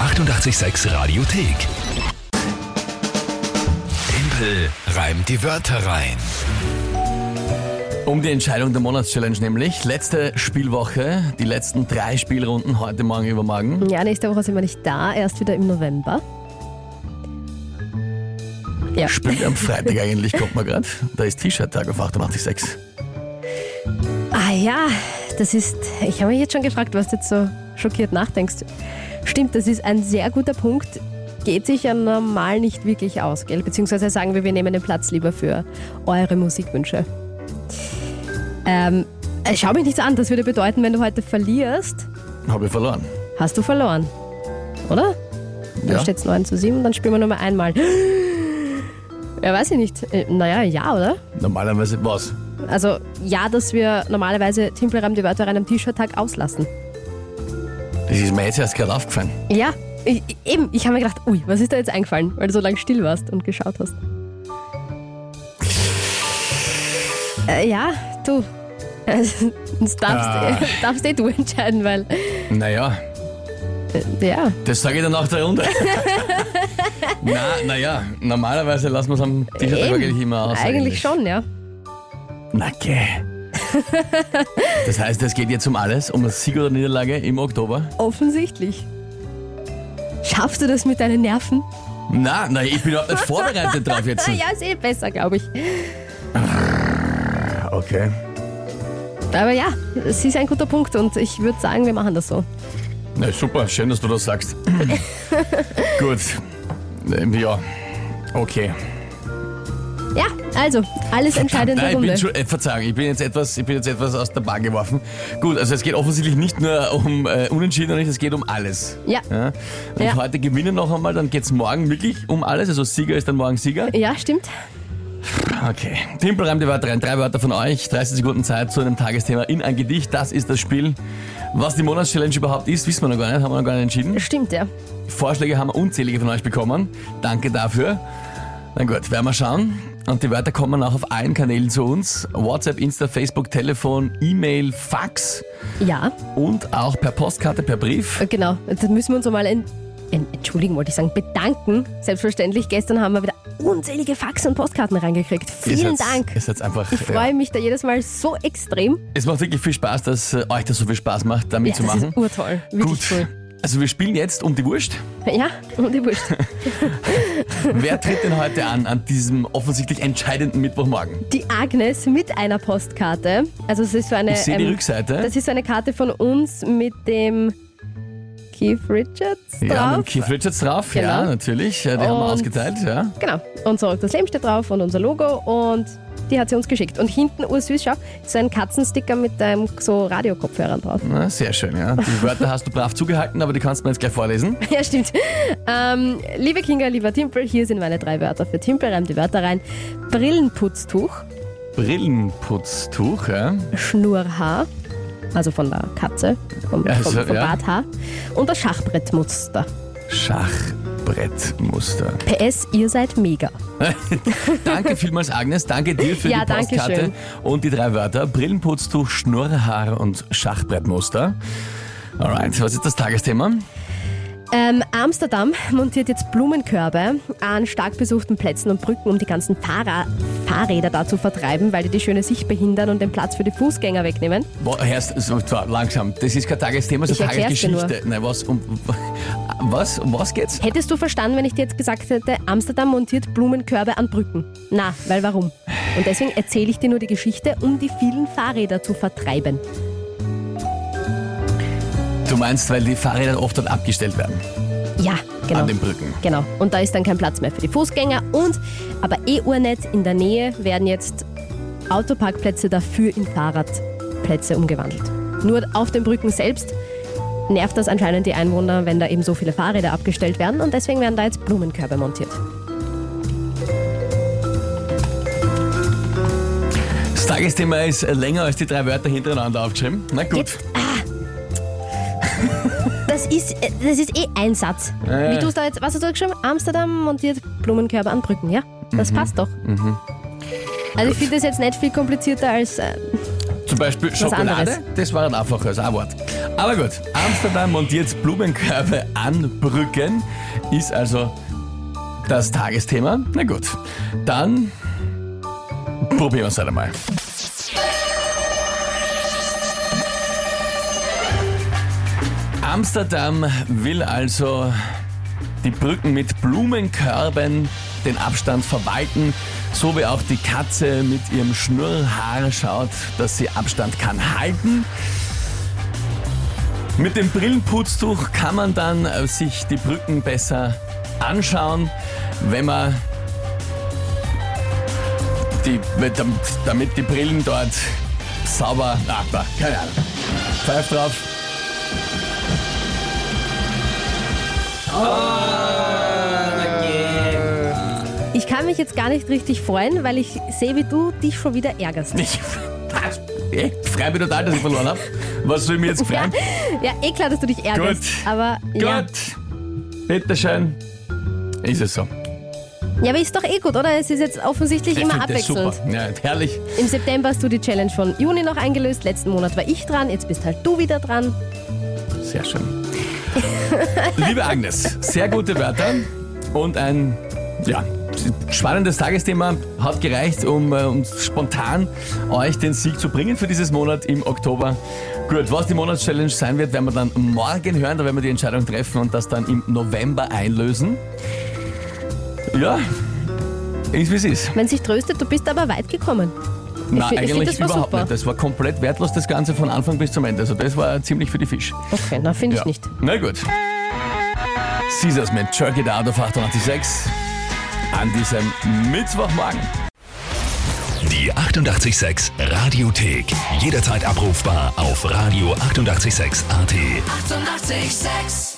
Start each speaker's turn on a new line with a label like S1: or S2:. S1: 886 Radiothek. Tempel reimt die Wörter rein.
S2: Um die Entscheidung der Monatschallenge nämlich. Letzte Spielwoche, die letzten drei Spielrunden heute, morgen, übermorgen.
S3: Ja, nächste Woche sind wir nicht da, erst wieder im November. Ja.
S2: Spielt am Freitag eigentlich, kommt man gerade. Da ist T-Shirt-Tag auf 886.
S3: Ah ja, das ist. Ich habe mich jetzt schon gefragt, was du jetzt so schockiert nachdenkst. Stimmt, das ist ein sehr guter Punkt. Geht sich ja normal nicht wirklich aus, gell? Beziehungsweise sagen wir, wir nehmen den Platz lieber für eure Musikwünsche. Ähm, äh, schau mich nicht so an, das würde bedeuten, wenn du heute verlierst,
S2: Habe ich verloren.
S3: hast du verloren. Oder? Dann
S2: Ja.
S3: steht es 9 zu 7, dann spielen wir nur mal einmal. Ja, weiß ich nicht. Äh, Naja, ja, oder?
S2: Normalerweise was?
S3: Also ja, dass wir normalerweise Timpelreim die Wörter an einem T-Shirt-Tag auslassen.
S2: Das ist mir jetzt erst gerade aufgefallen.
S3: Ja, ich, eben. Ich habe mir gedacht, ui, was ist da jetzt eingefallen, weil du so lange still warst und geschaut hast. Äh, ja, du. Äh, Das darfst,
S2: Ah.
S3: darfst eh du entscheiden, weil
S2: Naja,
S3: äh, ja,
S2: das sage ich dann nach der Runde. Na, naja, normalerweise lassen wir es am T-Shirt-Tag
S3: Eben.
S2: wirklich immer aus.
S3: eigentlich schon, ja.
S2: Na geh. Das heißt, es geht jetzt um alles, um Sieg oder Niederlage im Oktober.
S3: Offensichtlich. Schaffst du das mit deinen Nerven?
S2: Na, nein, ich bin überhaupt nicht vorbereitet drauf jetzt.
S3: Ah, ja, ist eh besser, glaube ich.
S2: Okay.
S3: Aber ja, es ist ein guter Punkt und ich würde sagen, wir machen das so.
S2: Na super, schön, dass du das sagst. Gut. Ähm, Ja, okay.
S3: Ja, also, alles entscheidende
S2: Nein, ich
S3: Runde.
S2: bin schon, äh, Verzeihung, ich bin, jetzt etwas, ich bin jetzt etwas aus der Bahn geworfen. Gut, also es geht offensichtlich nicht nur um äh, Unentschieden, sondern es geht um alles.
S3: Ja.
S2: ja? Wenn
S3: Ja.
S2: ich heute gewinne noch einmal, dann geht es morgen wirklich um alles. Also Sieger ist dann morgen Sieger. Ah,
S3: ja, stimmt.
S2: Okay. Timpel reimt die Wörter rein. Drei Wörter von euch, 30 Sekunden Zeit zu einem Tagesthema in ein Gedicht. Das ist das Spiel. Was die Monatschallenge überhaupt ist, wissen wir noch gar nicht, haben wir noch gar nicht entschieden.
S3: Stimmt, ja.
S2: Vorschläge haben wir unzählige von euch bekommen. Danke dafür. Na gut, werden wir schauen. Und die Wörter kommen auch auf allen Kanälen zu uns. WhatsApp, Insta, Facebook, Telefon, E-Mail, Fax
S3: Ja,
S2: und auch per Postkarte, per Brief.
S3: äh, genau. Dann müssen wir uns einmal in, in, entschuldigen, wollte ich sagen, bedanken. Selbstverständlich, gestern haben wir wieder unzählige Fax und Postkarten reingekriegt. Vielen
S2: Ihr seid's-
S3: Dank.
S2: Ihr seid einfach.
S3: Ich freue mich da jedes Mal so extrem.
S2: Es macht wirklich viel Spaß, dass äh, euch das so viel Spaß macht, damit
S3: ja,
S2: zu
S3: das
S2: machen.
S3: ist urtoll. Wirklich
S2: Gut.
S3: cool.
S2: Also wir spielen jetzt um die Wurst.
S3: Ja, und die Wurst.
S2: Wer tritt denn heute an, an diesem offensichtlich entscheidenden Mittwochmorgen?
S3: Die Agnes mit einer Postkarte. Also es ist so eine.
S2: Ich sehe die
S3: ähm,
S2: Rückseite.
S3: Das ist so eine Karte von uns mit dem Keith Richards
S2: Ja,
S3: drauf.
S2: mit Keith Richards drauf.
S3: Genau.
S2: Ja, natürlich. Ja, die haben wir
S3: Und-
S2: ausgeteilt. Ja.
S3: Genau. Und so, das Leben steht drauf und unser Logo und die hat sie uns geschickt. Und hinten, ursüß, schau, so ein Katzensticker mit einem so Radiokopfhörern drauf.
S2: Na, sehr schön, ja. Die Wörter hast du brav zugehalten, aber die kannst du mir jetzt gleich vorlesen.
S3: Ja, stimmt. Ähm, liebe Kinga, lieber Timpel, hier sind meine drei Wörter für Timpel. Reim die Wörter rein. Brillenputztuch,
S2: Brillenputztuch, ja.
S3: Schnurhaar, also von der Katze, vom,
S2: Ja, so,
S3: vom, vom
S2: ja.
S3: Barthaar und das Schachbrettmuster.
S2: Schachbrettmuster.
S3: PS, ihr seid mega.
S2: Danke vielmals, Agnes. Danke dir für
S3: Ja,
S2: die
S3: danke
S2: Postkarte
S3: schön.
S2: und die drei Wörter. Brillenputztuch, Schnurrhaar und Schachbrettmuster. Alright, was ist das Tagesthema?
S3: Ähm, Amsterdam montiert jetzt Blumenkörbe an stark besuchten Plätzen und Brücken, um die ganzen Fahrer, Fahrräder da zu vertreiben, weil die die schöne Sicht behindern und den Platz für die Fußgänger wegnehmen.
S2: Boah, Herst, so, so, langsam. Das ist kein Tagesthema,
S3: Ich
S2: sondern
S3: erklär's dir
S2: Tagesgeschichte. Nein, was, um, was, um was geht's?
S3: Hättest du verstanden, wenn ich dir jetzt gesagt hätte, Amsterdam montiert Blumenkörbe an Brücken? Na, weil warum? Und deswegen erzähle ich dir nur die Geschichte, um die vielen Fahrräder zu vertreiben.
S2: Du meinst, weil die Fahrräder oft dort abgestellt werden,
S3: Ja, genau.
S2: an den Brücken.
S3: Genau. Und da ist dann kein Platz mehr für die Fußgänger. Und, aber E-Urnetz in der Nähe werden jetzt Autoparkplätze dafür in Fahrradplätze umgewandelt. Nur auf den Brücken selbst nervt das anscheinend die Einwohner, wenn da eben so viele Fahrräder abgestellt werden. Und deswegen werden da jetzt Blumenkörbe montiert.
S2: Das Tagesthema ist länger als die drei Wörter hintereinander aufgeschrieben. Na gut.
S3: Jetzt, Das ist, äh, das ist eh ein Satz.
S2: Äh.
S3: Wie du da jetzt, was hast du geschrieben? Amsterdam montiert Blumenkörbe an Brücken, ja? Das passt doch. Also ich finde das jetzt nicht viel komplizierter als äh,
S2: Zum Beispiel Schokolade,
S3: anderes.
S2: das war ein einfaches A-Wort. Aber gut, Amsterdam montiert Blumenkörbe an Brücken, ist also das Tagesthema. Na gut, dann probieren wir es halt einmal. Amsterdam will also die Brücken mit Blumenkörben den Abstand verwalten, so wie auch die Katze mit ihrem Schnurrhaar schaut, dass sie Abstand kann halten. Mit dem Brillenputztuch kann man dann äh, sich die Brücken besser anschauen, wenn man die, damit- damit die Brillen dort sauber. Ah, da, keine Ahnung. Pfeif drauf.
S3: Ich kann mich jetzt gar nicht richtig freuen, weil ich sehe, wie du dich schon wieder ärgerst.
S2: Ich, ich freue mich total, dass ich verloren habe. Was soll ich mir jetzt freuen?
S3: Ja, eh klar, dass du dich ärgerst.
S2: Gut.
S3: Aber ja.
S2: Gut. Bitteschön. Ist es so.
S3: ja, aber ist doch eh gut, oder? Es ist jetzt offensichtlich
S2: Ich
S3: immer
S2: find das
S3: abwechselnd.
S2: Super. Ja, herrlich.
S3: Im September hast du die Challenge von Juni noch eingelöst. Letzten Monat war ich dran, jetzt bist halt du wieder dran.
S2: Sehr schön. Liebe Agnes, sehr gute Wörter und ein ja, spannendes Tagesthema hat gereicht, um äh, uns spontan euch den Sieg zu bringen für dieses Monat im Oktober. Gut, was die Monatschallenge sein wird, werden wir dann morgen hören, da werden wir die Entscheidung treffen und das dann im November einlösen. Ja, ist wie es ist.
S3: Wenn sich tröstet, du bist aber weit gekommen.
S2: Nein,
S3: fi- ich find,
S2: eigentlich
S3: das war
S2: überhaupt
S3: super.
S2: nicht. Das war komplett wertlos, das Ganze von Anfang bis zum Ende. Also das war ziemlich für die Fisch.
S3: Okay, na finde ich
S2: Ja.
S3: nicht.
S2: Na gut. Caesars mit Jerk It Out auf 88.6 an diesem Mittwochmorgen.
S1: Die 886 Radiothek. Jederzeit abrufbar auf radio886.at. 886! 886.
S4: 886